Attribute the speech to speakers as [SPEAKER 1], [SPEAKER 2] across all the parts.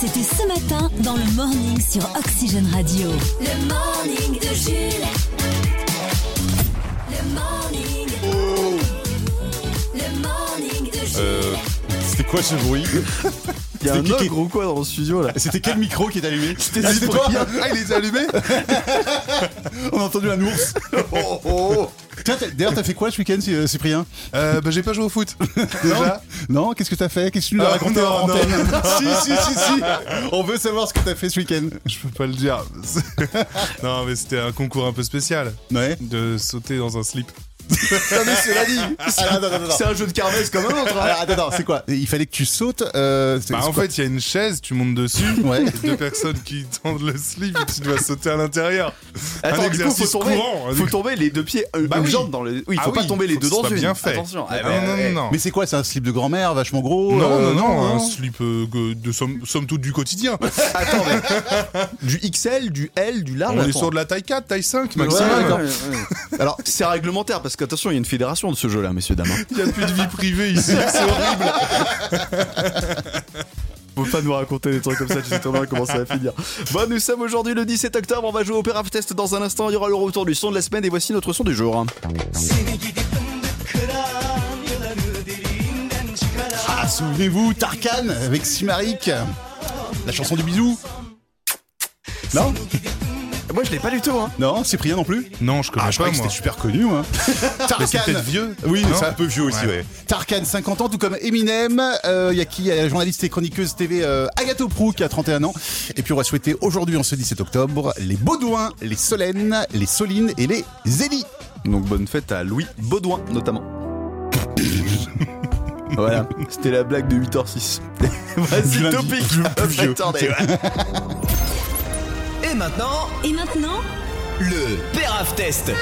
[SPEAKER 1] C'était ce matin dans le morning sur Oxygène Radio. Le morning de Jules. Le morning.
[SPEAKER 2] Oh.
[SPEAKER 1] Le morning de Jules.
[SPEAKER 3] Euh, C'était quoi ce bruit
[SPEAKER 4] Il y a un
[SPEAKER 3] C'était qui-
[SPEAKER 4] ogre ou quoi dans le studio là
[SPEAKER 3] C'était quel micro qui est allumé
[SPEAKER 4] C'était
[SPEAKER 3] Ah,
[SPEAKER 4] ce
[SPEAKER 3] toi
[SPEAKER 4] bruit.
[SPEAKER 3] Ah, il les a allumés On a entendu un ours.
[SPEAKER 5] Oh, oh.
[SPEAKER 3] Tiens, t'as- D'ailleurs, t'as fait quoi ce week-end, Cy- euh, Cyprien
[SPEAKER 5] Euh, bah, j'ai pas joué au foot. Déjà.
[SPEAKER 3] Non, qu'est-ce que t'as fait Qu'est-ce que tu nous as
[SPEAKER 5] Ah,
[SPEAKER 3] raconté
[SPEAKER 5] non,
[SPEAKER 3] en
[SPEAKER 5] non.
[SPEAKER 3] antenne Si, si, si, si On veut savoir ce que t'as fait ce week-end.
[SPEAKER 5] Je peux pas le dire. non, mais c'était un concours un peu spécial
[SPEAKER 3] Ouais.
[SPEAKER 5] de sauter dans un slip.
[SPEAKER 4] Non mais c'est la ligne
[SPEAKER 5] Ah,
[SPEAKER 4] C'est un jeu de kermesse comme un autre hein.
[SPEAKER 3] Alors, attends, attends, c'est quoi Il fallait que tu sautes. euh, c'est-
[SPEAKER 5] Bah,
[SPEAKER 3] c'est
[SPEAKER 5] en
[SPEAKER 3] quoi
[SPEAKER 5] fait, il y a une chaise, tu montes dessus.
[SPEAKER 3] Ouais.
[SPEAKER 5] et Deux personnes qui tendent le slip et tu dois sauter à l'intérieur.
[SPEAKER 4] Attends,
[SPEAKER 5] un
[SPEAKER 4] du coup, faut
[SPEAKER 5] exercice
[SPEAKER 4] tomber,
[SPEAKER 5] courant.
[SPEAKER 4] faut tomber les deux pieds, euh,
[SPEAKER 5] Bah
[SPEAKER 4] une
[SPEAKER 5] oui.
[SPEAKER 4] jambe dans le. Oui,
[SPEAKER 5] Ah
[SPEAKER 4] faut pas
[SPEAKER 5] oui,
[SPEAKER 4] tomber les
[SPEAKER 5] faut
[SPEAKER 4] deux
[SPEAKER 5] que ce
[SPEAKER 4] dans
[SPEAKER 5] soit
[SPEAKER 4] une.
[SPEAKER 5] bien fait.
[SPEAKER 4] Attention.
[SPEAKER 5] Ah,
[SPEAKER 4] Eh
[SPEAKER 5] non,
[SPEAKER 4] ben,
[SPEAKER 5] non,
[SPEAKER 4] eh.
[SPEAKER 5] non, non.
[SPEAKER 3] Mais c'est quoi C'est un slip de grand-mère vachement gros
[SPEAKER 5] non,
[SPEAKER 3] euh,
[SPEAKER 5] non, non, un
[SPEAKER 3] hein
[SPEAKER 5] slip euh, que- de, som- somme toute du quotidien.
[SPEAKER 4] Attends, mais- du XL, du L, du large.
[SPEAKER 5] On est
[SPEAKER 4] attends.
[SPEAKER 5] sur de la taille 4, taille 5
[SPEAKER 4] Ouais,
[SPEAKER 5] maximum. hein.
[SPEAKER 4] ouais, ouais, ouais. Alors, c'est réglementaire parce qu'attention, il y a une fédération de ce jeu-là, messieurs dames. hein.
[SPEAKER 5] Il y a plus de vie privée ici, c'est horrible.
[SPEAKER 4] Faut pas nous raconter des trucs comme ça, tu sais très bien comment ça va finir. Bon, nous sommes aujourd'hui le 17 octobre, on va jouer au Pérave Test dans un instant, il y aura le retour du son de la semaine et voici notre son du jour. hein.
[SPEAKER 3] Ah, souvenez-vous, Tarkan avec Simarik. La chanson du bisou Non
[SPEAKER 4] Moi, je l'ai pas du tout, hein.
[SPEAKER 3] Non, Cyprien non plus
[SPEAKER 5] Non, je connais
[SPEAKER 3] Ah, je
[SPEAKER 5] pas
[SPEAKER 3] croyais que
[SPEAKER 5] moi.
[SPEAKER 3] c'était super connu, moi.
[SPEAKER 5] Mais c'est peut-être vieux.
[SPEAKER 3] Oui,
[SPEAKER 5] Non
[SPEAKER 3] c'est un peu vieux aussi, ouais.
[SPEAKER 5] Ouais.
[SPEAKER 3] Tarkan, 50 ans, tout comme Eminem. Euh, Il y a qui Il y a la journaliste et chroniqueuse TV euh, Agathe Prou qui a 31 ans. Et puis on va souhaiter aujourd'hui, en ce 17 octobre, les Baudouins, les Solènes, les Solines et les Zélie.
[SPEAKER 4] Donc, bonne fête à Louis Baudouin, notamment. voilà, c'était la blague de 8h06.
[SPEAKER 3] Du
[SPEAKER 4] Vas-y,
[SPEAKER 3] lundi,
[SPEAKER 4] topic
[SPEAKER 3] du plus vieux.
[SPEAKER 4] Attendez.
[SPEAKER 2] Et maintenant,
[SPEAKER 1] Et maintenant,
[SPEAKER 2] le Pérave Test.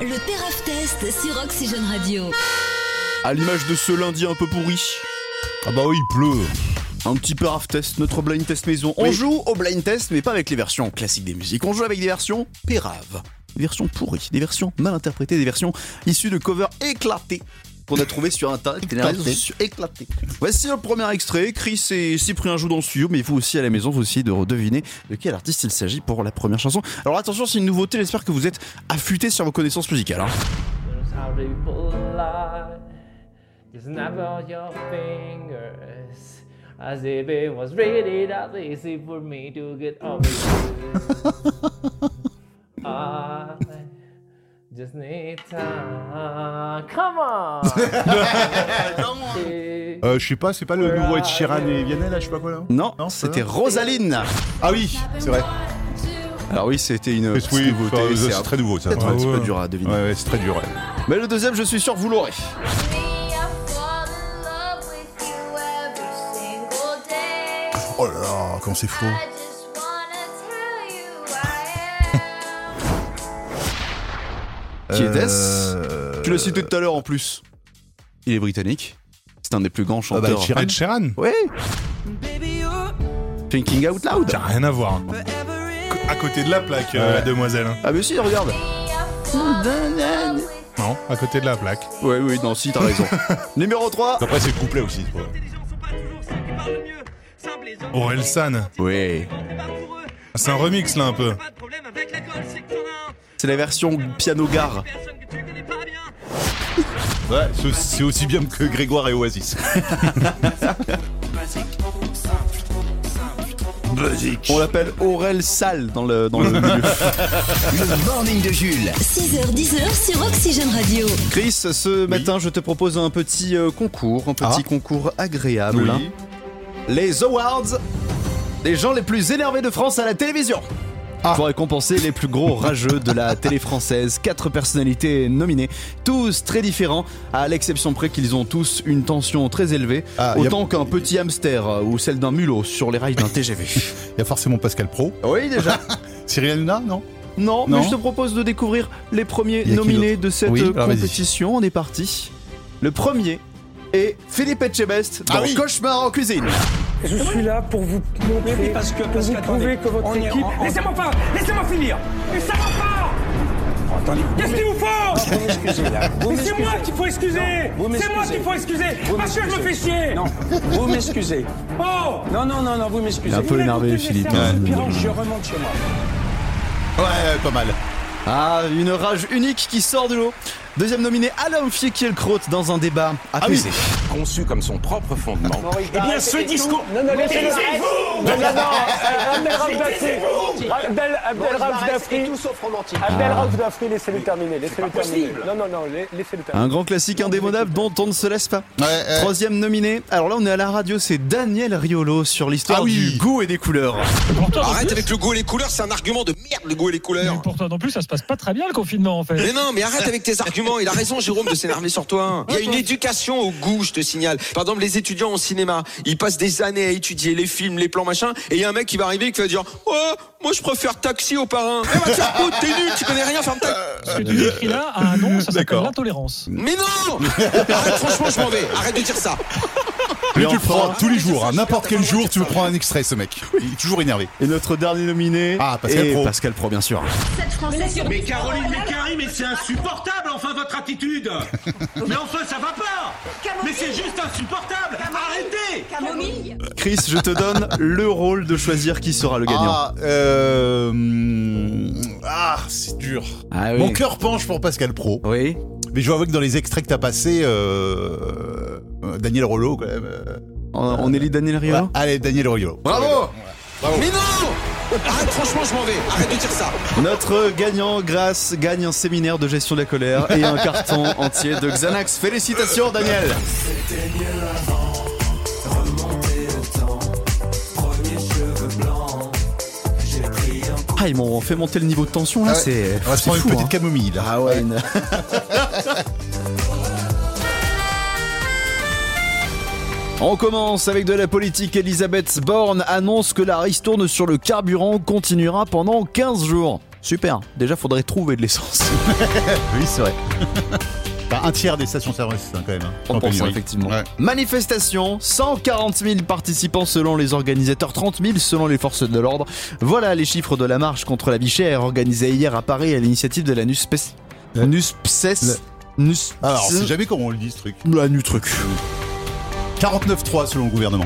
[SPEAKER 1] le Pérave Test sur Oxygène Radio.
[SPEAKER 4] À l'image de ce lundi un peu pourri.
[SPEAKER 3] Ah bah oui, il pleut.
[SPEAKER 4] Un petit Pérave Test, notre blind test maison. On joue au blind test, mais pas avec les versions classiques des musiques. On joue avec des versions Pérave. Des versions pourries, des versions mal interprétées, des versions issues de covers éclatées qu'on a trouvées sur internet.
[SPEAKER 3] Éclatées.
[SPEAKER 4] Éclatées. Voici le premier extrait. Chris et Cyprien jouent dans le studio, mais vous aussi à la maison, vous essayez de deviner de quel artiste il s'agit pour la première chanson. Alors attention, c'est une nouveauté, j'espère que vous êtes affûtés sur vos connaissances musicales. hein.
[SPEAKER 6] There's how people lie. Just snap out your fingers. As if it was really that easy for me to get over you. I just need time. Come on! Come on.
[SPEAKER 7] Euh, je sais pas, c'est pas le nouveau Ed Sheeran et Vianney là, je sais pas quoi là
[SPEAKER 4] Non,
[SPEAKER 7] Non, c'est
[SPEAKER 4] c'était
[SPEAKER 7] ça.
[SPEAKER 4] Rosaline.
[SPEAKER 3] Ah oui, c'est vrai.
[SPEAKER 4] Alors oui, c'était une petite
[SPEAKER 7] Oui,
[SPEAKER 4] nouveauté,
[SPEAKER 7] enfin,
[SPEAKER 4] c'est
[SPEAKER 7] c'est
[SPEAKER 4] un-
[SPEAKER 7] très nouveau ça.
[SPEAKER 4] peut-être un
[SPEAKER 7] Ouais,
[SPEAKER 4] petit peu
[SPEAKER 7] ouais.
[SPEAKER 4] dur à deviner.
[SPEAKER 7] Ouais, ouais, c'est très dur. ouais.
[SPEAKER 4] Mais le deuxième, je suis sûr, vous l'aurez.
[SPEAKER 3] Oh là là, comment c'est faux.
[SPEAKER 4] Qui était-ce
[SPEAKER 7] Euh,
[SPEAKER 4] Tu l'as cité tout à l'heure en plus. Il est britannique. C'est un des plus grands
[SPEAKER 7] Ah bah, Ed
[SPEAKER 4] chanteurs.
[SPEAKER 7] Sheeran.
[SPEAKER 5] Ed Sheeran
[SPEAKER 4] ouais. Thinking Out Loud.
[SPEAKER 5] T'as rien à voir.
[SPEAKER 3] hein.
[SPEAKER 5] À côté de la plaque, euh, la demoiselle. hein.
[SPEAKER 4] Ah mais si, regarde.
[SPEAKER 5] Non, à côté de la plaque.
[SPEAKER 4] Ouais, oui, non, si, t'as raison. Numéro 3.
[SPEAKER 7] Après, c'est le couplet aussi. ouais.
[SPEAKER 5] Aurel San.
[SPEAKER 4] Oui.
[SPEAKER 5] C'est un remix là un peu. Ah.
[SPEAKER 4] C'est la version piano gare.
[SPEAKER 7] Ouais, ce- c'est aussi bien que Grégoire et Oasis.
[SPEAKER 4] On l'appelle Aurel Salle dans le, dans le milieu.
[SPEAKER 2] Le morning de Jules.
[SPEAKER 1] 6h, 10h sur Oxygène Radio.
[SPEAKER 4] Chris, ce matin, je te propose un petit euh, concours, un petit
[SPEAKER 3] Ah.
[SPEAKER 4] concours agréable. hein. Les Awards, les gens les plus énervés de France à la télévision.
[SPEAKER 3] Ah.
[SPEAKER 4] Pour récompenser les plus gros rageux de la télé française, quatre personnalités nominées, tous très différents, à l'exception près qu'ils ont tous une tension très élevée,
[SPEAKER 3] Ah, y a-
[SPEAKER 4] autant qu'un petit hamster euh, ou celle d'un mulot sur les rails d'un TGV.
[SPEAKER 3] Il y a forcément Pascal Pro.
[SPEAKER 4] oui déjà.
[SPEAKER 3] Cyril Hanouna, non
[SPEAKER 4] Non,
[SPEAKER 3] Non.
[SPEAKER 4] mais je te propose de découvrir les premiers
[SPEAKER 3] Y a qui
[SPEAKER 4] nominés
[SPEAKER 3] d'autre
[SPEAKER 4] de cette
[SPEAKER 3] Oui,
[SPEAKER 4] euh,
[SPEAKER 3] alors vas-y.
[SPEAKER 4] compétition. On est parti. Le premier est Philippe Etchebest dans
[SPEAKER 3] Ah oui.
[SPEAKER 4] Cauchemar en cuisine.
[SPEAKER 8] Je suis là pour vous montrer,
[SPEAKER 9] parce que-
[SPEAKER 8] pour
[SPEAKER 9] parce
[SPEAKER 8] vous prouver
[SPEAKER 9] qu'attendez,
[SPEAKER 8] que votre
[SPEAKER 9] on est-
[SPEAKER 8] équipe...
[SPEAKER 9] on- on-
[SPEAKER 8] Laissez-moi pas Laissez-moi finir Mais ça va pas Oh, attendez.
[SPEAKER 9] Qu'est-ce qu'il vous faut
[SPEAKER 8] Vous m'excusez là. Vous
[SPEAKER 9] Mais c'est moi
[SPEAKER 8] m'excusez.
[SPEAKER 9] qu'il faut excuser
[SPEAKER 8] vous
[SPEAKER 9] C'est moi
[SPEAKER 8] m'excusez.
[SPEAKER 9] qu'il faut excuser
[SPEAKER 8] Vous
[SPEAKER 9] Parce que je me fais
[SPEAKER 8] m'excusez.
[SPEAKER 9] chier
[SPEAKER 8] Non, vous m'excusez.
[SPEAKER 9] Oh
[SPEAKER 8] Non, non, non, non, vous m'excusez.
[SPEAKER 4] Il est un peu
[SPEAKER 8] Vous
[SPEAKER 4] énervé,
[SPEAKER 8] m'avez fait
[SPEAKER 4] Philippe.
[SPEAKER 8] ça,
[SPEAKER 4] Ouais.
[SPEAKER 8] Pierre, Je remonte chez moi.
[SPEAKER 3] Ouais, pas mal.
[SPEAKER 4] Ah, une rage unique qui sort du lot. Deuxième nominé, Alain Fiekkielkraut dans un débat
[SPEAKER 3] Ah
[SPEAKER 4] apaisé.
[SPEAKER 2] Conçu comme son propre fondement.
[SPEAKER 9] Eh bien, ce discours...
[SPEAKER 8] Non, non, laissez le
[SPEAKER 9] Taisez-vous
[SPEAKER 8] Non, non, non,
[SPEAKER 9] Taisez-vous
[SPEAKER 8] Abdel, Abdel Rauf Dafri. Abdel Rauf Dafri, laissez-le terminer. Laissez-le terminer. Non, non, non, la- laissez-le terminer.
[SPEAKER 4] Un grand classique indémodable dont on ne se laisse pas.
[SPEAKER 3] Ouais, euh,
[SPEAKER 4] Troisième nominé, alors là on est à la radio, c'est Daniel Riolo sur l'histoire
[SPEAKER 3] Ah oui.
[SPEAKER 4] du goût et des couleurs.
[SPEAKER 10] Arrête avec le goût et les couleurs, c'est un argument de merde le goût et les couleurs.
[SPEAKER 9] Ah, Pour toi non plus, ça se passe pas très bien le confinement en fait.
[SPEAKER 10] Mais non, mais arrête avec tes arguments. Il a raison, Jérôme, de s'énerver sur toi. Il y a une éducation au goût, je te signale. Par exemple, les étudiants en cinéma, ils passent des années à étudier les films, les plans, machin. Et il y a un mec qui va arriver et qui va dire Oh, moi je préfère taxi au parrain. Eh, va te faire foutre, t'es nul, tu connais rien, ferme ta.
[SPEAKER 9] Euh, Ce que tu décris là a un nom, ça s'appelle
[SPEAKER 3] D'accord.
[SPEAKER 9] l'intolérance.
[SPEAKER 10] Mais non Arrête, franchement, je m'en vais. Arrête de dire ça.
[SPEAKER 3] Lui, tu le prends tous les jours, hein, n'importe quel jour, tu veux prendre un extrait, ce mec. Il est toujours énervé.
[SPEAKER 4] Et notre dernier nominé,
[SPEAKER 3] Ah, Pascal
[SPEAKER 4] est
[SPEAKER 3] Pro.
[SPEAKER 4] Pascal Pro bien sûr.
[SPEAKER 1] Cette française sur
[SPEAKER 9] Mais Caroline Mécari, mais c'est insupportable enfin votre attitude Mais enfin ça va pas Mais c'est juste insupportable Arrêtez
[SPEAKER 1] Camomille
[SPEAKER 4] Chris, je te donne le rôle de choisir qui sera le gagnant.
[SPEAKER 3] Ah, euh, hum, ah c'est dur.
[SPEAKER 4] Ah
[SPEAKER 3] Mon cœur penche pour Pascal Pro.
[SPEAKER 4] Oui.
[SPEAKER 3] Mais je vois que dans les extraits que t'as passés, euh, euh, Daniel Rollo, quand même. euh,
[SPEAKER 4] On, on élit Daniel Riolo
[SPEAKER 3] ouais. Allez, Daniel Rollo.
[SPEAKER 4] Bravo
[SPEAKER 10] Mais non Arrête, franchement, je m'en vais. Arrête de dire ça.
[SPEAKER 4] Notre gagnant grâce gagne un séminaire de gestion de la colère et un carton entier de Xanax. Félicitations Daniel Ah ils m'ont fait monter le niveau de tension là,
[SPEAKER 3] Ah ouais.
[SPEAKER 4] c'est
[SPEAKER 3] On va se
[SPEAKER 4] c'est
[SPEAKER 3] prendre
[SPEAKER 4] fou,
[SPEAKER 3] une petite
[SPEAKER 4] hein.
[SPEAKER 3] camomille, là.
[SPEAKER 4] Ah ouais, une- On commence avec de la politique. Elisabeth Borne annonce que la ristourne sur le carburant continuera pendant 15 jours. Super, déjà faudrait trouver de l'essence. oui, c'est vrai.
[SPEAKER 3] Bah, un tiers des stations-service, hein, quand même. hein, en
[SPEAKER 4] 30%,
[SPEAKER 3] pénurie.
[SPEAKER 4] effectivement.
[SPEAKER 3] Ouais.
[SPEAKER 4] Manifestation, 140 000 participants selon les organisateurs, 30 000 selon les forces de l'ordre. Voilà les chiffres de la marche contre la vie chère organisée hier à Paris à l'initiative de la NUSPES. NUSPSES. NUSPSES.
[SPEAKER 3] Alors, on sait jamais comment on le dit, ce truc.
[SPEAKER 4] La NUTRUC.
[SPEAKER 3] 49.3 selon le gouvernement.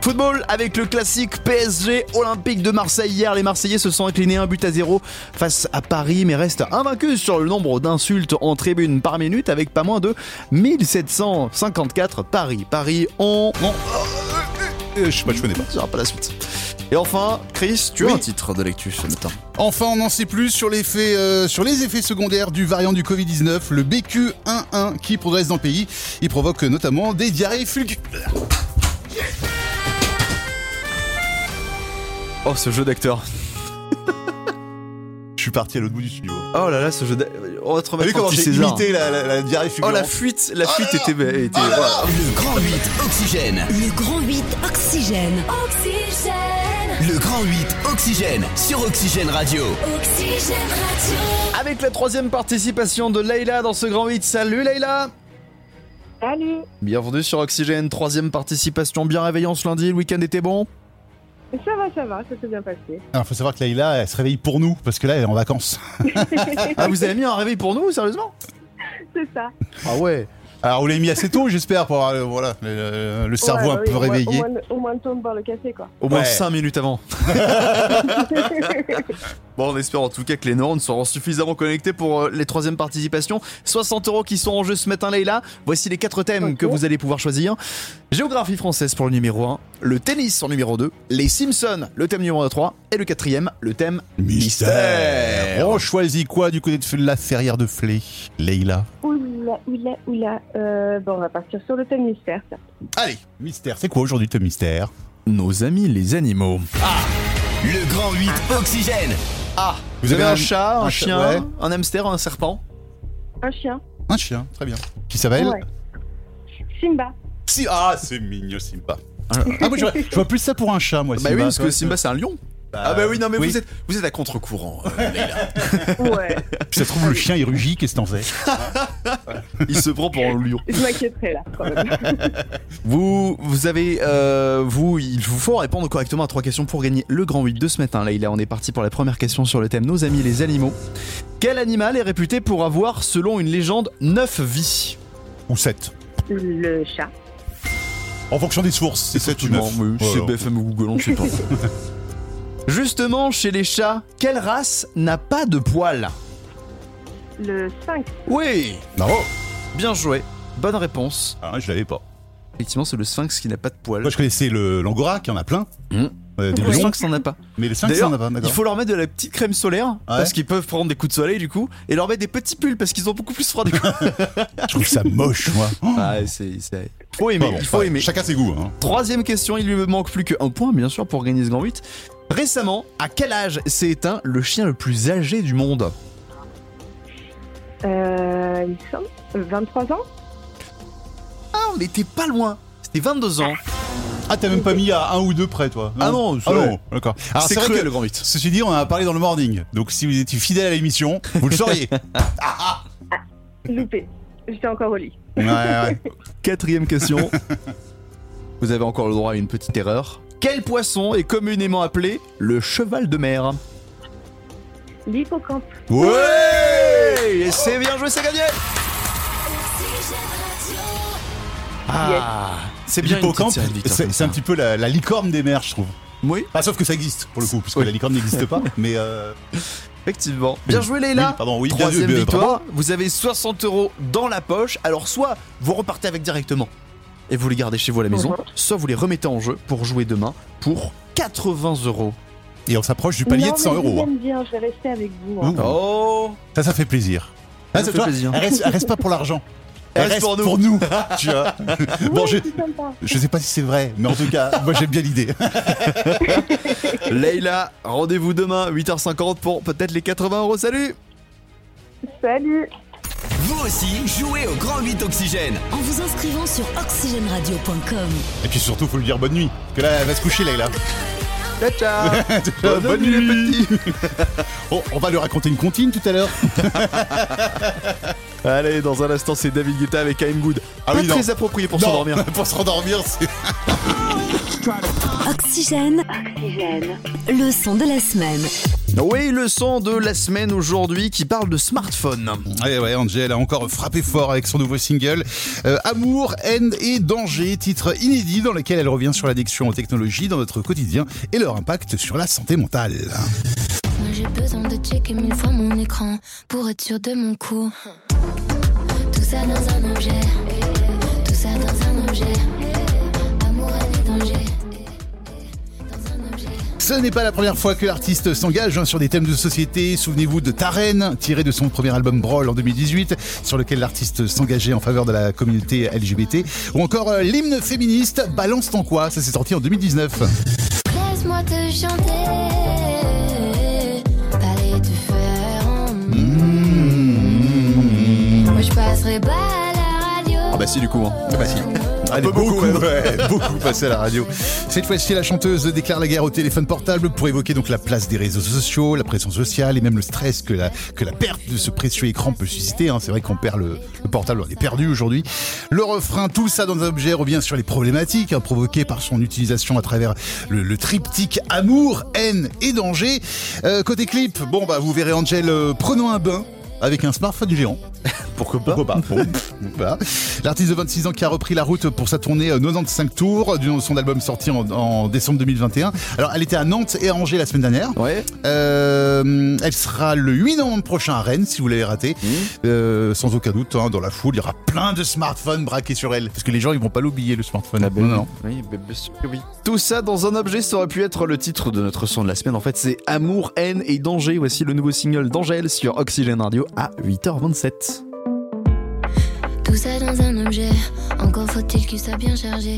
[SPEAKER 4] Football avec le classique PSG Olympique de Marseille. Hier, les Marseillais se sont inclinés un but à zéro face à Paris, mais restent invaincus sur le nombre d'insultes en tribune par minute avec pas moins de 1754 Paris. Paris, on.
[SPEAKER 3] Euh, je sais pas, je connais pas.
[SPEAKER 4] On dira pas la suite. Et enfin, Chris, tu as
[SPEAKER 3] Oui.
[SPEAKER 4] un titre de lecture ce matin.
[SPEAKER 3] Enfin, on n'en sait plus sur, l'effet, euh, sur les effets secondaires du variant du Covid-19, le BQ11, qui progresse dans le pays. Il provoque euh, notamment des diarrhées fulgurantes.
[SPEAKER 4] Oh, ce jeu d'acteur.
[SPEAKER 3] Je suis parti à l'autre bout du studio.
[SPEAKER 4] Oh là là, ce jeu oh, d'acteur. On va te
[SPEAKER 3] T'as vu
[SPEAKER 4] remettre un
[SPEAKER 3] comment
[SPEAKER 4] petit
[SPEAKER 3] j'ai
[SPEAKER 4] César.
[SPEAKER 3] imité la, la- la diarrhée
[SPEAKER 4] Oh,
[SPEAKER 3] fulgurante
[SPEAKER 4] la fuite, la fuite
[SPEAKER 3] là
[SPEAKER 4] était. était-
[SPEAKER 2] Le Grand 8 Oxygène.
[SPEAKER 1] Le grand 8 Oxygène. Oxygène
[SPEAKER 2] Le Grand 8 Oxygène sur Oxygène Radio.
[SPEAKER 1] Oxygène Radio
[SPEAKER 4] Avec la troisième participation de Leïla dans ce grand 8. Salut Leïla
[SPEAKER 9] Salut
[SPEAKER 4] Bienvenue sur Oxygène, troisième participation, bien réveillance lundi, le week-end était bon
[SPEAKER 9] Ça va, ça va, ça s'est bien passé.
[SPEAKER 3] Alors, faut savoir que Laïla, elle se réveille pour nous, parce que là, elle est en vacances.
[SPEAKER 4] Ah vous avez mis un réveil pour nous, sérieusement
[SPEAKER 9] C'est ça.
[SPEAKER 4] Ah ouais
[SPEAKER 3] Alors, on l'a mis assez tôt, j'espère, pour avoir le, voilà, le, le cerveau un peu réveillé.
[SPEAKER 9] bah Au moins le temps de boire le café quoi.
[SPEAKER 4] Au moins
[SPEAKER 3] Ouais.
[SPEAKER 4] 5 minutes avant. Bon, on espère en tout cas que les neurones seront suffisamment connectés pour euh, les troisièmes participations. 60 euros qui sont en jeu ce matin, Leïla. Voici les quatre thèmes que vous allez pouvoir choisir. Géographie française pour le numéro 1, le tennis en numéro 2, les Simpsons, le thème numéro 3, et le quatrième, le thème mystère.
[SPEAKER 3] On choisit quoi du côté de la ferrière de Flé, Leïla
[SPEAKER 9] Oula, oula, oula. Euh, bon, on va partir sur le thème mystère. tiens.
[SPEAKER 3] Allez, mystère. C'est quoi aujourd'hui ton mystère
[SPEAKER 4] Nos amis les animaux.
[SPEAKER 2] Ah, Le Grand 8 Oxygène.
[SPEAKER 4] Ah, vous,
[SPEAKER 3] Eh Euh,
[SPEAKER 4] avez un, chat, un, chien,
[SPEAKER 3] ben, ouais.
[SPEAKER 4] un hamster, un serpent.
[SPEAKER 9] Un chien.
[SPEAKER 3] Un chien, très bien. Qui s'appelle
[SPEAKER 9] Ouais. Simba.
[SPEAKER 3] Si- Ah, c'est mignon, Simba. Ah, moi, je, vois, je vois plus ça pour un chat, moi.
[SPEAKER 4] bah
[SPEAKER 3] Simba,
[SPEAKER 4] oui, parce
[SPEAKER 3] toi.
[SPEAKER 4] que Simba c'est un lion. Ah bah oui, non mais vous êtes vous êtes à contre-courant. euh, Leïla.
[SPEAKER 11] Ouais,
[SPEAKER 3] Puis ça se trouve, le chien, il rugit, qu'est-ce que t'en fais
[SPEAKER 4] Il se prend pour un lion.
[SPEAKER 11] je m'inquiéterais là quand même.
[SPEAKER 4] Vous, vous avez, euh, vous, il vous faut répondre correctement à trois questions pour gagner le grand 8 de ce matin. Là, il on est parti pour la première question sur le thème Nos amis les animaux. Quel animal est réputé pour avoir, selon une légende, 9 vies
[SPEAKER 3] Ou 7
[SPEAKER 11] Le chat.
[SPEAKER 3] En fonction des sources, c'est 7 ou 9.
[SPEAKER 4] Chez BFM ou Google, on ne sait pas. Justement, chez les chats, quelle race n'a pas de poils
[SPEAKER 11] Le 5.
[SPEAKER 4] Oui
[SPEAKER 3] Bravo
[SPEAKER 4] Bien joué, bonne réponse.
[SPEAKER 7] Ah, je l'avais pas.
[SPEAKER 4] Effectivement, c'est le sphinx qui n'a pas de poils.
[SPEAKER 3] Moi, je connaissais le- l'angora, qui en a plein.
[SPEAKER 4] Hmm.
[SPEAKER 3] Euh, des
[SPEAKER 4] Le
[SPEAKER 3] lions.
[SPEAKER 4] sphinx n'en a pas.
[SPEAKER 3] Mais le 5, ça
[SPEAKER 4] D'ailleurs,
[SPEAKER 3] en a pas,
[SPEAKER 4] il
[SPEAKER 3] d'accord.
[SPEAKER 4] faut leur mettre de la petite crème solaire parce qu'ils peuvent prendre des coups de soleil du coup et leur mettre des petits pulls parce qu'ils ont beaucoup plus froid. du coup.
[SPEAKER 3] Je trouve ça moche, moi.
[SPEAKER 4] Ah, c'est, c'est- Faut aimer,
[SPEAKER 3] Bah bon,
[SPEAKER 4] il faut
[SPEAKER 3] ouais,
[SPEAKER 4] aimer.
[SPEAKER 3] Chacun ses goûts. Hein.
[SPEAKER 4] Troisième question, il lui manque plus qu'un point bien sûr pour gagner ce grand 8. Récemment, à quel âge s'est éteint le chien le plus âgé du monde
[SPEAKER 11] Euh, il me semble. 23 ans
[SPEAKER 4] Ah, on n'était pas loin. C'était 22 ans.
[SPEAKER 3] Ah, t'as même pas mis à un ou deux près, toi
[SPEAKER 4] Ah non,
[SPEAKER 3] Ah
[SPEAKER 4] c'est-
[SPEAKER 3] non, d'accord. Alors,
[SPEAKER 4] c'est
[SPEAKER 3] c'est vrai
[SPEAKER 4] cruel,
[SPEAKER 3] que-
[SPEAKER 4] le grand 8.
[SPEAKER 3] Ceci dit, on en a parlé dans le morning. Donc, si vous étiez fidèle à l'émission, vous le sauriez.
[SPEAKER 11] Loupé. J'étais encore au lit.
[SPEAKER 3] ouais, ouais.
[SPEAKER 4] Quatrième question. Vous avez encore le droit à une petite erreur. Quel poisson est communément appelé le cheval de mer
[SPEAKER 11] L'hippocampe.
[SPEAKER 4] Ouais Et c'est bien joué, c'est gagné Ah C'est bien une
[SPEAKER 3] L'hippocampe,
[SPEAKER 4] petite série de victoires
[SPEAKER 3] c'est
[SPEAKER 4] comme
[SPEAKER 3] c'est un
[SPEAKER 4] ça.
[SPEAKER 3] petit peu la, la licorne des mers, je trouve.
[SPEAKER 4] Oui,
[SPEAKER 3] Enfin, sauf que ça existe, pour le coup, puisque
[SPEAKER 4] Oui.
[SPEAKER 3] la licorne n'existe pas. Mais euh,
[SPEAKER 4] effectivement. Bien euh, joué
[SPEAKER 3] Oui,
[SPEAKER 4] Leïla
[SPEAKER 3] pardon, oui, bien
[SPEAKER 4] Troisième
[SPEAKER 3] joué, bien-
[SPEAKER 4] victoire, vous avez 60 euros dans la poche. Alors soit vous repartez avec directement et vous les gardez chez vous à la maison,
[SPEAKER 11] Mhm.
[SPEAKER 4] soit vous les remettez en jeu pour jouer demain pour 80 euros.
[SPEAKER 3] et on s'approche du palier
[SPEAKER 11] non,
[SPEAKER 3] de 100
[SPEAKER 11] mais
[SPEAKER 3] euros. hein. Mmh.
[SPEAKER 11] J'aime bien, je vais rester avec vous. hein.
[SPEAKER 3] Ouh.
[SPEAKER 4] Oh
[SPEAKER 3] Ça, ça fait
[SPEAKER 4] Ça
[SPEAKER 3] plaisir. Ah,
[SPEAKER 4] nous
[SPEAKER 3] c'est
[SPEAKER 4] fait
[SPEAKER 3] toi,
[SPEAKER 4] plaisir.
[SPEAKER 3] Elle reste, elle reste pas pour l'argent.
[SPEAKER 4] Elle reste pour nous.
[SPEAKER 3] tu vois. Bon,
[SPEAKER 11] Ouais,
[SPEAKER 3] je,
[SPEAKER 11] c'est sympa.
[SPEAKER 3] je sais pas si c'est vrai, mais en tout cas, moi j'aime bien l'idée.
[SPEAKER 4] Leïla, rendez-vous demain 8h50 pour peut-être les 80 euros. Salut
[SPEAKER 11] Salut.
[SPEAKER 2] Vous aussi, jouez au Grand 8 Oxygène.
[SPEAKER 1] En vous inscrivant sur oxygenradio.com.
[SPEAKER 3] Et puis surtout, faut lui dire bonne nuit. Parce que là, elle va se coucher, Euh, Leïla.
[SPEAKER 4] Ciao ciao Bonne nuit, les
[SPEAKER 3] Bon, Oh, on va lui raconter une comptine tout à l'heure.
[SPEAKER 4] Allez, dans un instant, c'est David Guetta avec I'm Good.
[SPEAKER 3] Ah
[SPEAKER 4] Pas
[SPEAKER 3] oui, non.
[SPEAKER 4] très approprié pour
[SPEAKER 3] Non,
[SPEAKER 4] s'endormir.
[SPEAKER 3] pour se rendormir, c'est.
[SPEAKER 1] Oxygène. Le son de la semaine.
[SPEAKER 4] Oui, le son de la semaine aujourd'hui qui parle de smartphone.
[SPEAKER 3] Ouais, ouais, Angel a encore frappé fort avec son nouveau single euh, Amour, haine et danger, titre inédit dans lequel elle revient sur l'addiction aux technologies dans notre quotidien et leur impact sur la santé mentale.
[SPEAKER 12] Moi j'ai besoin de checker mille fois mon écran pour être sûr de mon coup. Tout ça dans un objet, tout ça dans un objet. Amour, haine et danger, dans un objet.
[SPEAKER 3] Ce n'est pas la première fois que l'artiste s'engage hein, sur des thèmes de société. Souvenez-vous de Taren, tiré de son premier album Brawl en 2018, sur lequel l'artiste s'engageait en faveur de la communauté LGBT. Ou encore euh, l'hymne féministe Balance ton quoi, ça s'est sorti en 2019.
[SPEAKER 12] Laisse-moi te chanter, parler te faire en
[SPEAKER 3] Mmh.
[SPEAKER 12] Moi je passerai pas à la radio.
[SPEAKER 4] Ah bah si, du coup. Hein.
[SPEAKER 3] Ah bah si.
[SPEAKER 4] Allez,
[SPEAKER 3] beaucoup,
[SPEAKER 4] beaucoup, même.
[SPEAKER 3] ouais, beaucoup passé à la radio. Cette fois-ci, la chanteuse déclare la guerre au téléphone portable pour évoquer donc la place des réseaux sociaux, la pression sociale et même le stress que la, que la perte de ce précieux écran peut susciter. hein. C'est vrai qu'on perd le, le portable, on est perdu aujourd'hui. Le refrain, tout ça dans un objet, revient sur les problématiques hein, provoquées par son utilisation à travers le, le triptyque amour, haine et danger. Euh, côté clip, bon bah vous verrez Angel euh, prenant un bain avec un smartphone géant.
[SPEAKER 4] Pourquoi pas
[SPEAKER 3] Pourquoi pas Bon, voilà. L'artiste de 26 ans qui a repris la route pour sa tournée euh, 95 tours du son album sorti en, en décembre 2021. Alors elle était à Nantes et à Angers la semaine dernière.
[SPEAKER 4] Ouais.
[SPEAKER 3] Euh, elle sera le 8 novembre prochain à Rennes si vous l'avez raté.
[SPEAKER 4] Hmm.
[SPEAKER 3] Euh, sans aucun doute, hein, dans la foule, il y aura plein de smartphones braqués sur elle. Parce que les gens ils vont pas l'oublier le smartphone.
[SPEAKER 4] Ah ben
[SPEAKER 3] Non, non.
[SPEAKER 4] Oui, ben, bien sûr que oui. Tout ça dans un objet, ça aurait pu être le titre de notre son de la semaine. En fait, c'est Amour, haine et danger. Voici le nouveau single d'Angèle sur Oxygène Radio à 8h27.
[SPEAKER 12] Tout ça dans un objet, encore faut-il qu'il soit bien chargé.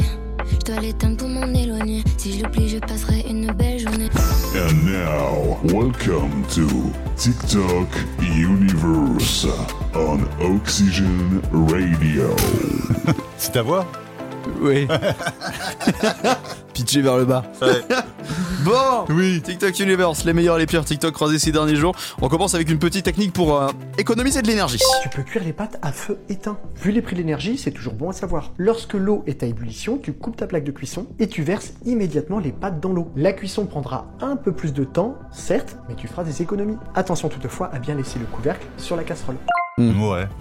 [SPEAKER 12] Je dois l'éteindre pour m'en éloigner. Si je l'oublie, je passerai une belle journée.
[SPEAKER 13] And now, Oh, welcome to TikTok Universe on Oxygen Radio.
[SPEAKER 3] C'est à voir
[SPEAKER 4] Oui. Pitché vers le bas. Bon, oui. TikTok Universe, les meilleurs et les pires TikTok croisés ces derniers jours. On commence avec une petite technique pour euh, économiser de l'énergie.
[SPEAKER 14] Tu peux cuire les pâtes à feu éteint. Vu les prix de l'énergie, c'est toujours bon à savoir. Lorsque l'eau est à ébullition, tu coupes ta plaque de cuisson et tu verses immédiatement les pâtes dans l'eau. La cuisson prendra un peu plus de temps, certes, mais tu feras des économies. Attention toutefois à bien laisser le couvercle sur la casserole.
[SPEAKER 3] Ouais,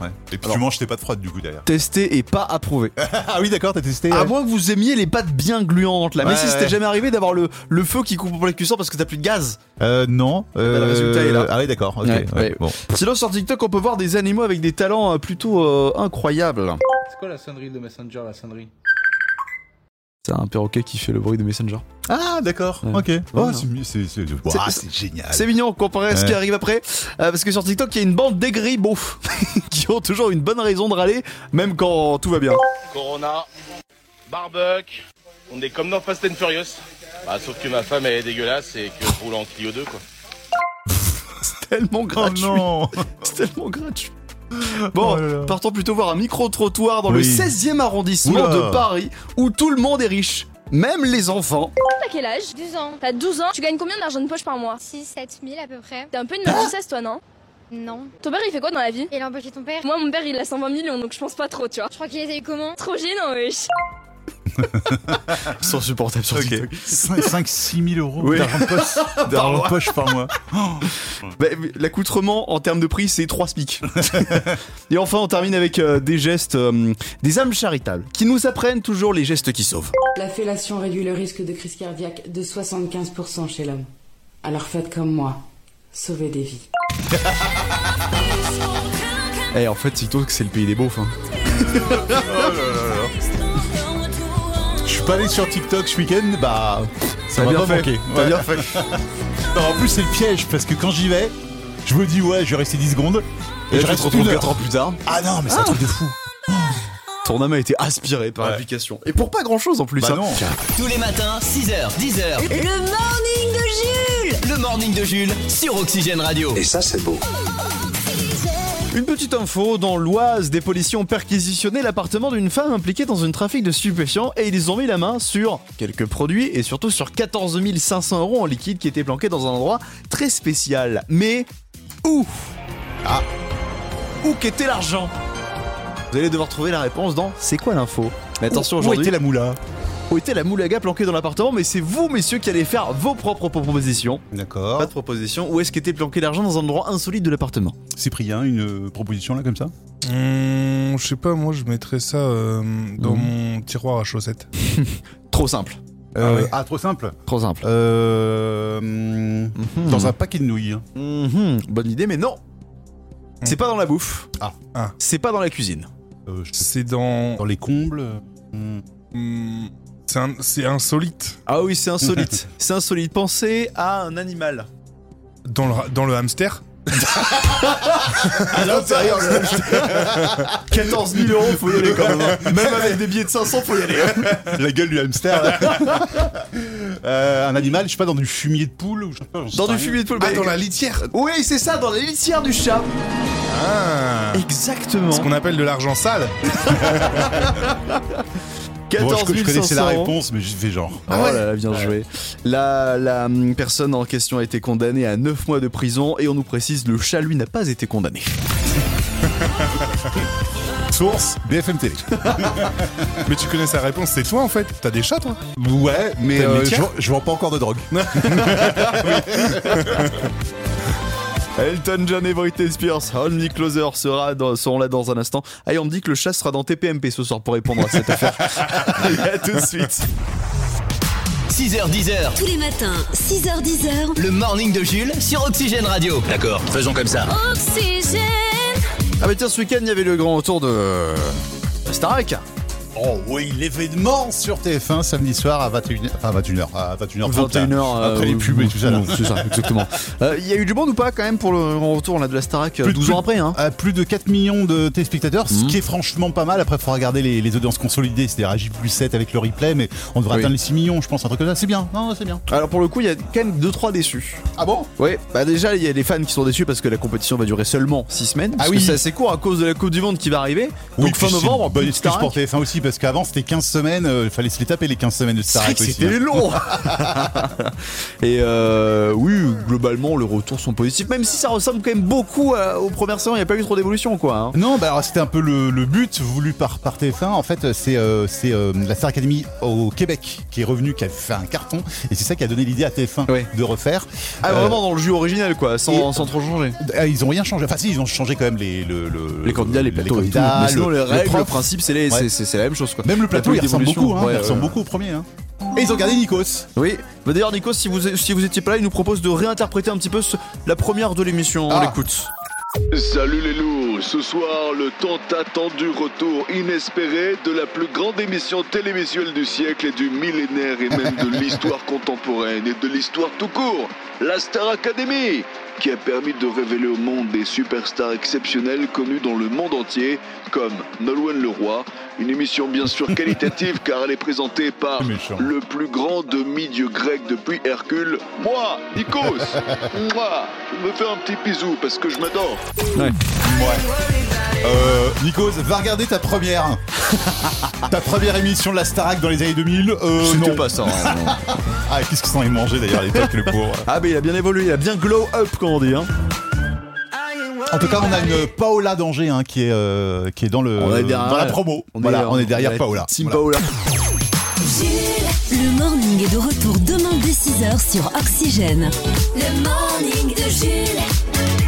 [SPEAKER 3] ouais. Et puis tu manges tes pâtes froides du coup derrière.
[SPEAKER 4] Testé et pas approuvé.
[SPEAKER 3] ah oui, d'accord, t'as testé.
[SPEAKER 4] Euh, À
[SPEAKER 3] ouais.
[SPEAKER 4] moins que vous aimiez les pâtes bien gluantes là.
[SPEAKER 3] Ouais,
[SPEAKER 4] Mais si c'était
[SPEAKER 3] ouais.
[SPEAKER 4] jamais arrivé d'avoir le, le feu qui coupe pour la cuisson parce que t'as plus de gaz.
[SPEAKER 3] Euh, non.
[SPEAKER 4] le résultat est là.
[SPEAKER 3] Ah oui, d'accord. ok,
[SPEAKER 4] Ouais,
[SPEAKER 3] ouais,
[SPEAKER 4] ouais.
[SPEAKER 3] Bon.
[SPEAKER 4] Sinon sur TikTok on peut voir des animaux avec des talents euh, plutôt euh, incroyables.
[SPEAKER 15] C'est quoi la sonnerie de Messenger, la sonnerie
[SPEAKER 4] C'est un perroquet qui fait le bruit de Messenger.
[SPEAKER 3] Ah, d'accord.
[SPEAKER 4] Ouais.
[SPEAKER 3] Ok. Oh,
[SPEAKER 4] Voilà.
[SPEAKER 3] c'est mi- c'est- c'est Ouah, c'est génial.
[SPEAKER 4] C'est mignon comparé à ce
[SPEAKER 3] Ouais.
[SPEAKER 4] qui arrive après. Euh, parce que sur TikTok, il y a une bande d'aigris beaufs qui ont toujours une bonne raison de râler, même quand tout va bien.
[SPEAKER 16] Corona, Barbuck, on est comme dans Fast and Furious. Bah, sauf que ma femme elle est dégueulasse et que je roule en Clio 2 quoi.
[SPEAKER 4] tellement
[SPEAKER 3] Oh,
[SPEAKER 4] gratuit. C'est tellement gratuit. Bon, partons plutôt voir un micro-trottoir dans le
[SPEAKER 3] Oui.
[SPEAKER 4] 16e arrondissement
[SPEAKER 3] Oula.
[SPEAKER 4] de Paris où tout le monde est riche, même les enfants.
[SPEAKER 17] T'as quel âge 12 ans. T'as 12 ans Tu gagnes combien d'argent de poche par mois
[SPEAKER 18] 6, 7 000 à peu près.
[SPEAKER 17] T'es un peu une princesse toi, non
[SPEAKER 18] Non.
[SPEAKER 17] Ton père il fait quoi dans la vie
[SPEAKER 18] Il a embauché ton père
[SPEAKER 17] Moi mon père il a 120 millions donc je pense pas trop, tu vois.
[SPEAKER 18] Je crois qu'il les a eu comment
[SPEAKER 17] Trop gênant, wesh.
[SPEAKER 4] Ils sont supportables sur TikTok.
[SPEAKER 3] 5-6 000 euros
[SPEAKER 4] Oui.
[SPEAKER 3] d'argent de poche,
[SPEAKER 4] Par
[SPEAKER 3] d'argent de
[SPEAKER 4] mois.
[SPEAKER 3] poche par mois.
[SPEAKER 4] Bah, L'accoutrement en termes de prix, c'est 3 SMIC. Et enfin, on termine avec euh, des gestes, euh, des âmes charitables qui nous apprennent toujours les gestes qui sauvent.
[SPEAKER 19] La fellation réduit le risque de crise cardiaque de 75% chez l'homme. Alors faites comme moi, sauvez des vies.
[SPEAKER 4] Et Eh, en fait, TikTok, c'est le pays des beaufs. hein.
[SPEAKER 3] Je suis pas allé sur TikTok ce week-end, bah ça
[SPEAKER 4] T'as
[SPEAKER 3] m'a
[SPEAKER 4] bien
[SPEAKER 3] pas
[SPEAKER 4] fait,
[SPEAKER 3] manqué.
[SPEAKER 4] t'as bien fait.
[SPEAKER 3] Non, en plus c'est le piège parce que quand j'y vais, je me dis ouais, je vais rester 10 secondes
[SPEAKER 4] Et
[SPEAKER 3] et, je
[SPEAKER 4] là, tu
[SPEAKER 3] reste
[SPEAKER 4] te retrouves
[SPEAKER 3] une heure.
[SPEAKER 4] quatre ans plus tard.
[SPEAKER 3] Ah non, mais c'est un truc de fou.
[SPEAKER 4] Ton âme a été aspirée par l'application. Et pour pas grand chose en plus.
[SPEAKER 3] Bah
[SPEAKER 4] hein.
[SPEAKER 3] non.
[SPEAKER 2] Tous les matins, 6h, 10h.
[SPEAKER 1] Le morning de Jules
[SPEAKER 2] Le morning de Jules sur Oxygène Radio. Et ça, c'est beau.
[SPEAKER 4] Une petite info, dans l'Oise, des policiers ont perquisitionné l'appartement d'une femme impliquée dans un trafic de stupéfiants et ils ont mis la main sur quelques produits et surtout sur 14 500 euros en liquide qui était planqué dans un endroit très spécial. Mais où Ah Où qu'était l'argent Vous allez devoir trouver la réponse dans C'est quoi l'info Mais attention
[SPEAKER 3] Où- où
[SPEAKER 4] aujourd'hui.
[SPEAKER 3] était la moula
[SPEAKER 4] Où était la moulaga planquée dans l'appartement Mais c'est vous, messieurs, qui allez faire vos propres propositions.
[SPEAKER 3] D'accord.
[SPEAKER 4] Pas de proposition. Où est-ce qu'était planqué l'argent dans un endroit insolite de l'appartement
[SPEAKER 3] Cyprien, une euh, proposition là comme ça
[SPEAKER 5] Hum, je sais pas, moi je mettrais ça euh, dans
[SPEAKER 3] Mmh.
[SPEAKER 5] mon tiroir à chaussettes.
[SPEAKER 4] Trop simple.
[SPEAKER 3] Euh,
[SPEAKER 5] Ah ouais.
[SPEAKER 3] ah, trop simple.
[SPEAKER 4] Trop simple.
[SPEAKER 3] Euh, hum, Dans un paquet de nouilles.
[SPEAKER 4] Mhm, bonne idée, mais non. C'est pas dans la bouffe.
[SPEAKER 3] Ah.
[SPEAKER 4] C'est pas dans la cuisine.
[SPEAKER 3] Euh,
[SPEAKER 5] C'est dans. Dans
[SPEAKER 3] les combles
[SPEAKER 5] C'est un- c'est insolite.
[SPEAKER 4] Ah oui, c'est insolite. c'est insolite. Pensez à un animal.
[SPEAKER 5] Dans le, ra- dans le hamster
[SPEAKER 4] À l'intérieur, le hamster. 14 000 euros, faut y aller quand même. hein. Même avec des billets de 500, faut y aller. hein.
[SPEAKER 3] La gueule du hamster. là. Euh, un animal, je sais pas, dans du fumier de poule ou je sais pas, j'en sais
[SPEAKER 4] Dans
[SPEAKER 3] rien.
[SPEAKER 4] du fumier de poule. bah,
[SPEAKER 3] Ah, dans la
[SPEAKER 4] litière. Oui, c'est ça, dans la litière du chat.
[SPEAKER 5] Ah
[SPEAKER 4] Exactement.
[SPEAKER 5] Ce qu'on appelle de l'argent sale
[SPEAKER 4] 14
[SPEAKER 3] Bon, je, je connaissais
[SPEAKER 4] 500
[SPEAKER 3] la
[SPEAKER 4] euros.
[SPEAKER 3] réponse, mais je fais genre.
[SPEAKER 5] Ah
[SPEAKER 4] Oh là là, bien joué. La, la, hum, personne en question a été condamnée à 9 mois de prison et on nous précise le chat, lui, n'a pas été condamné.
[SPEAKER 3] Source BFM TV.
[SPEAKER 5] Mais tu connais sa réponse, c'est toi en fait T'as des chats toi
[SPEAKER 3] Ouais, mais
[SPEAKER 5] T'as une
[SPEAKER 3] euh, je,
[SPEAKER 5] litière
[SPEAKER 3] je vends pas encore de drogue.
[SPEAKER 4] Elton John et Britney Spears, Only Closer sera dans- seront là dans un instant. Ah, et on me dit que le chat sera dans TPMP ce soir pour répondre à cette affaire. Allez, à tout de suite.
[SPEAKER 2] 6h, 10h.
[SPEAKER 1] Tous les matins, 6h10h.
[SPEAKER 2] Le morning de Jules sur Oxygène Radio. D'accord, faisons comme ça.
[SPEAKER 1] Oxygène.
[SPEAKER 4] Ah, mais tiens, ce week-end, il y avait le grand retour de. Starac.
[SPEAKER 3] Oh oui, l'événement sur TF1 samedi soir à 21h. Enfin, 21h. À 21h30.
[SPEAKER 4] 21h.
[SPEAKER 3] là. hein, Après les pubs et tout ça. là.
[SPEAKER 4] euh, C'est ça, exactement. Euh, Il y a eu du monde ou pas quand même pour le grand retour là, de la Starac euh, 12 ans après hein.
[SPEAKER 3] à plus de 4 millions de téléspectateurs,
[SPEAKER 4] Mmh.
[SPEAKER 3] ce qui est franchement pas mal. Après, il faudra regarder les, les audiences consolidées, c'est-à-dire à J plus 7 avec le replay, mais on devrait
[SPEAKER 4] Oui.
[SPEAKER 3] atteindre les 6 millions, je pense, un truc comme ça. C'est bien, non, c'est bien.
[SPEAKER 4] Alors pour le coup, il y a quand même 2-3 déçus.
[SPEAKER 3] Ah bon
[SPEAKER 4] Ouais, bah déjà il y a les fans qui sont déçus parce que la compétition va durer seulement 6 semaines. Parce
[SPEAKER 3] oui.
[SPEAKER 4] que c'est assez court à cause de la Coupe du Monde qui va arriver. Donc
[SPEAKER 3] puis
[SPEAKER 4] fin
[SPEAKER 3] c'est
[SPEAKER 4] novembre,
[SPEAKER 3] une
[SPEAKER 4] plus
[SPEAKER 3] bonne
[SPEAKER 4] de
[SPEAKER 3] excuse
[SPEAKER 4] Starac.
[SPEAKER 3] pour TF1 aussi, parce qu'avant c'était 15 semaines, euh, il fallait se les taper les 15 semaines de
[SPEAKER 4] C'est vrai
[SPEAKER 3] Starac
[SPEAKER 4] que
[SPEAKER 3] aussi,
[SPEAKER 4] c'était
[SPEAKER 3] hein.
[SPEAKER 4] long Et euh, oui, globalement, les retours sont positifs, même si ça ressemble quand même beaucoup à- aux premières saisons, il n'y a pas eu trop d'évolution quoi. hein.
[SPEAKER 3] Non, bah alors, c'était un peu le, le but voulu par, par TF1. En fait, c'est euh, c'est, euh, la Star Academy au Québec qui est revenue, qui a fait un carton, et c'est ça qui a donné l'idée à TF1 de refaire.
[SPEAKER 4] Ah, vraiment dans le jus original quoi, sans,
[SPEAKER 3] Euh. et-
[SPEAKER 4] sans trop changer.
[SPEAKER 3] Ah, Ils ont rien changé. Enfin, si, ils ont changé quand même les, le- le-
[SPEAKER 4] Les candidats, les plateaux, et tout.
[SPEAKER 3] Euh, candidats,
[SPEAKER 4] Mais sinon,
[SPEAKER 3] le-
[SPEAKER 4] les
[SPEAKER 3] le
[SPEAKER 4] règles,
[SPEAKER 3] prof.
[SPEAKER 4] le principe, c'est les-
[SPEAKER 3] Ouais.
[SPEAKER 4] c'est- c'est- c'est la même chose quoi.
[SPEAKER 3] Même le plateau, il ressemble beaucoup, hein,
[SPEAKER 4] Ouais,
[SPEAKER 3] il
[SPEAKER 4] ouais.
[SPEAKER 3] ressemble beaucoup au premier. hein. Et ils ont gardé Nikos.
[SPEAKER 4] Oui, Bah, d'ailleurs Nico, si vous, si vous étiez pas là, il nous propose de réinterpréter un petit peu ce- la première de l'émission.
[SPEAKER 3] Ah.
[SPEAKER 4] On l'écoute.
[SPEAKER 20] Salut les loups, ce soir le tant attendu retour inespéré de la plus grande émission télévisuelle du siècle et du millénaire et même de l'histoire contemporaine et de l'histoire tout court, la Star Academy, qui a permis de révéler au monde des superstars exceptionnels connus dans le monde entier comme Nolwenn Leroy, une émission bien sûr qualitative car elle est présentée par le plus grand demi-dieu grec depuis Hercule, moi, Nikos. Mouah, je me fais un petit bisou parce que je m'adore.
[SPEAKER 4] Ouais.
[SPEAKER 3] Euh, Nikos, va regarder ta première. ta première émission de la Starac dans les années 2000. Euh,
[SPEAKER 4] C'était
[SPEAKER 3] non.
[SPEAKER 4] pas ça, hein, non.
[SPEAKER 3] ah, qu'est-ce qu'ils s'en est mangé d'ailleurs à l'époque, le pauvre.
[SPEAKER 4] Ah, mais il a bien évolué, il a bien glow up, comme on dit. Hein.
[SPEAKER 3] En tout cas, on a une Paola Danger hein, qui, est, euh, qui est dans, le,
[SPEAKER 4] On est derrière
[SPEAKER 3] dans la
[SPEAKER 4] elle.
[SPEAKER 3] promo.
[SPEAKER 4] On est
[SPEAKER 3] voilà,
[SPEAKER 4] derrière-
[SPEAKER 3] on est derrière
[SPEAKER 4] on est
[SPEAKER 3] Paola.
[SPEAKER 4] team
[SPEAKER 3] Voilà.
[SPEAKER 1] Le morning est de retour demain dès 6h sur Oxygène. Le morning de Jules.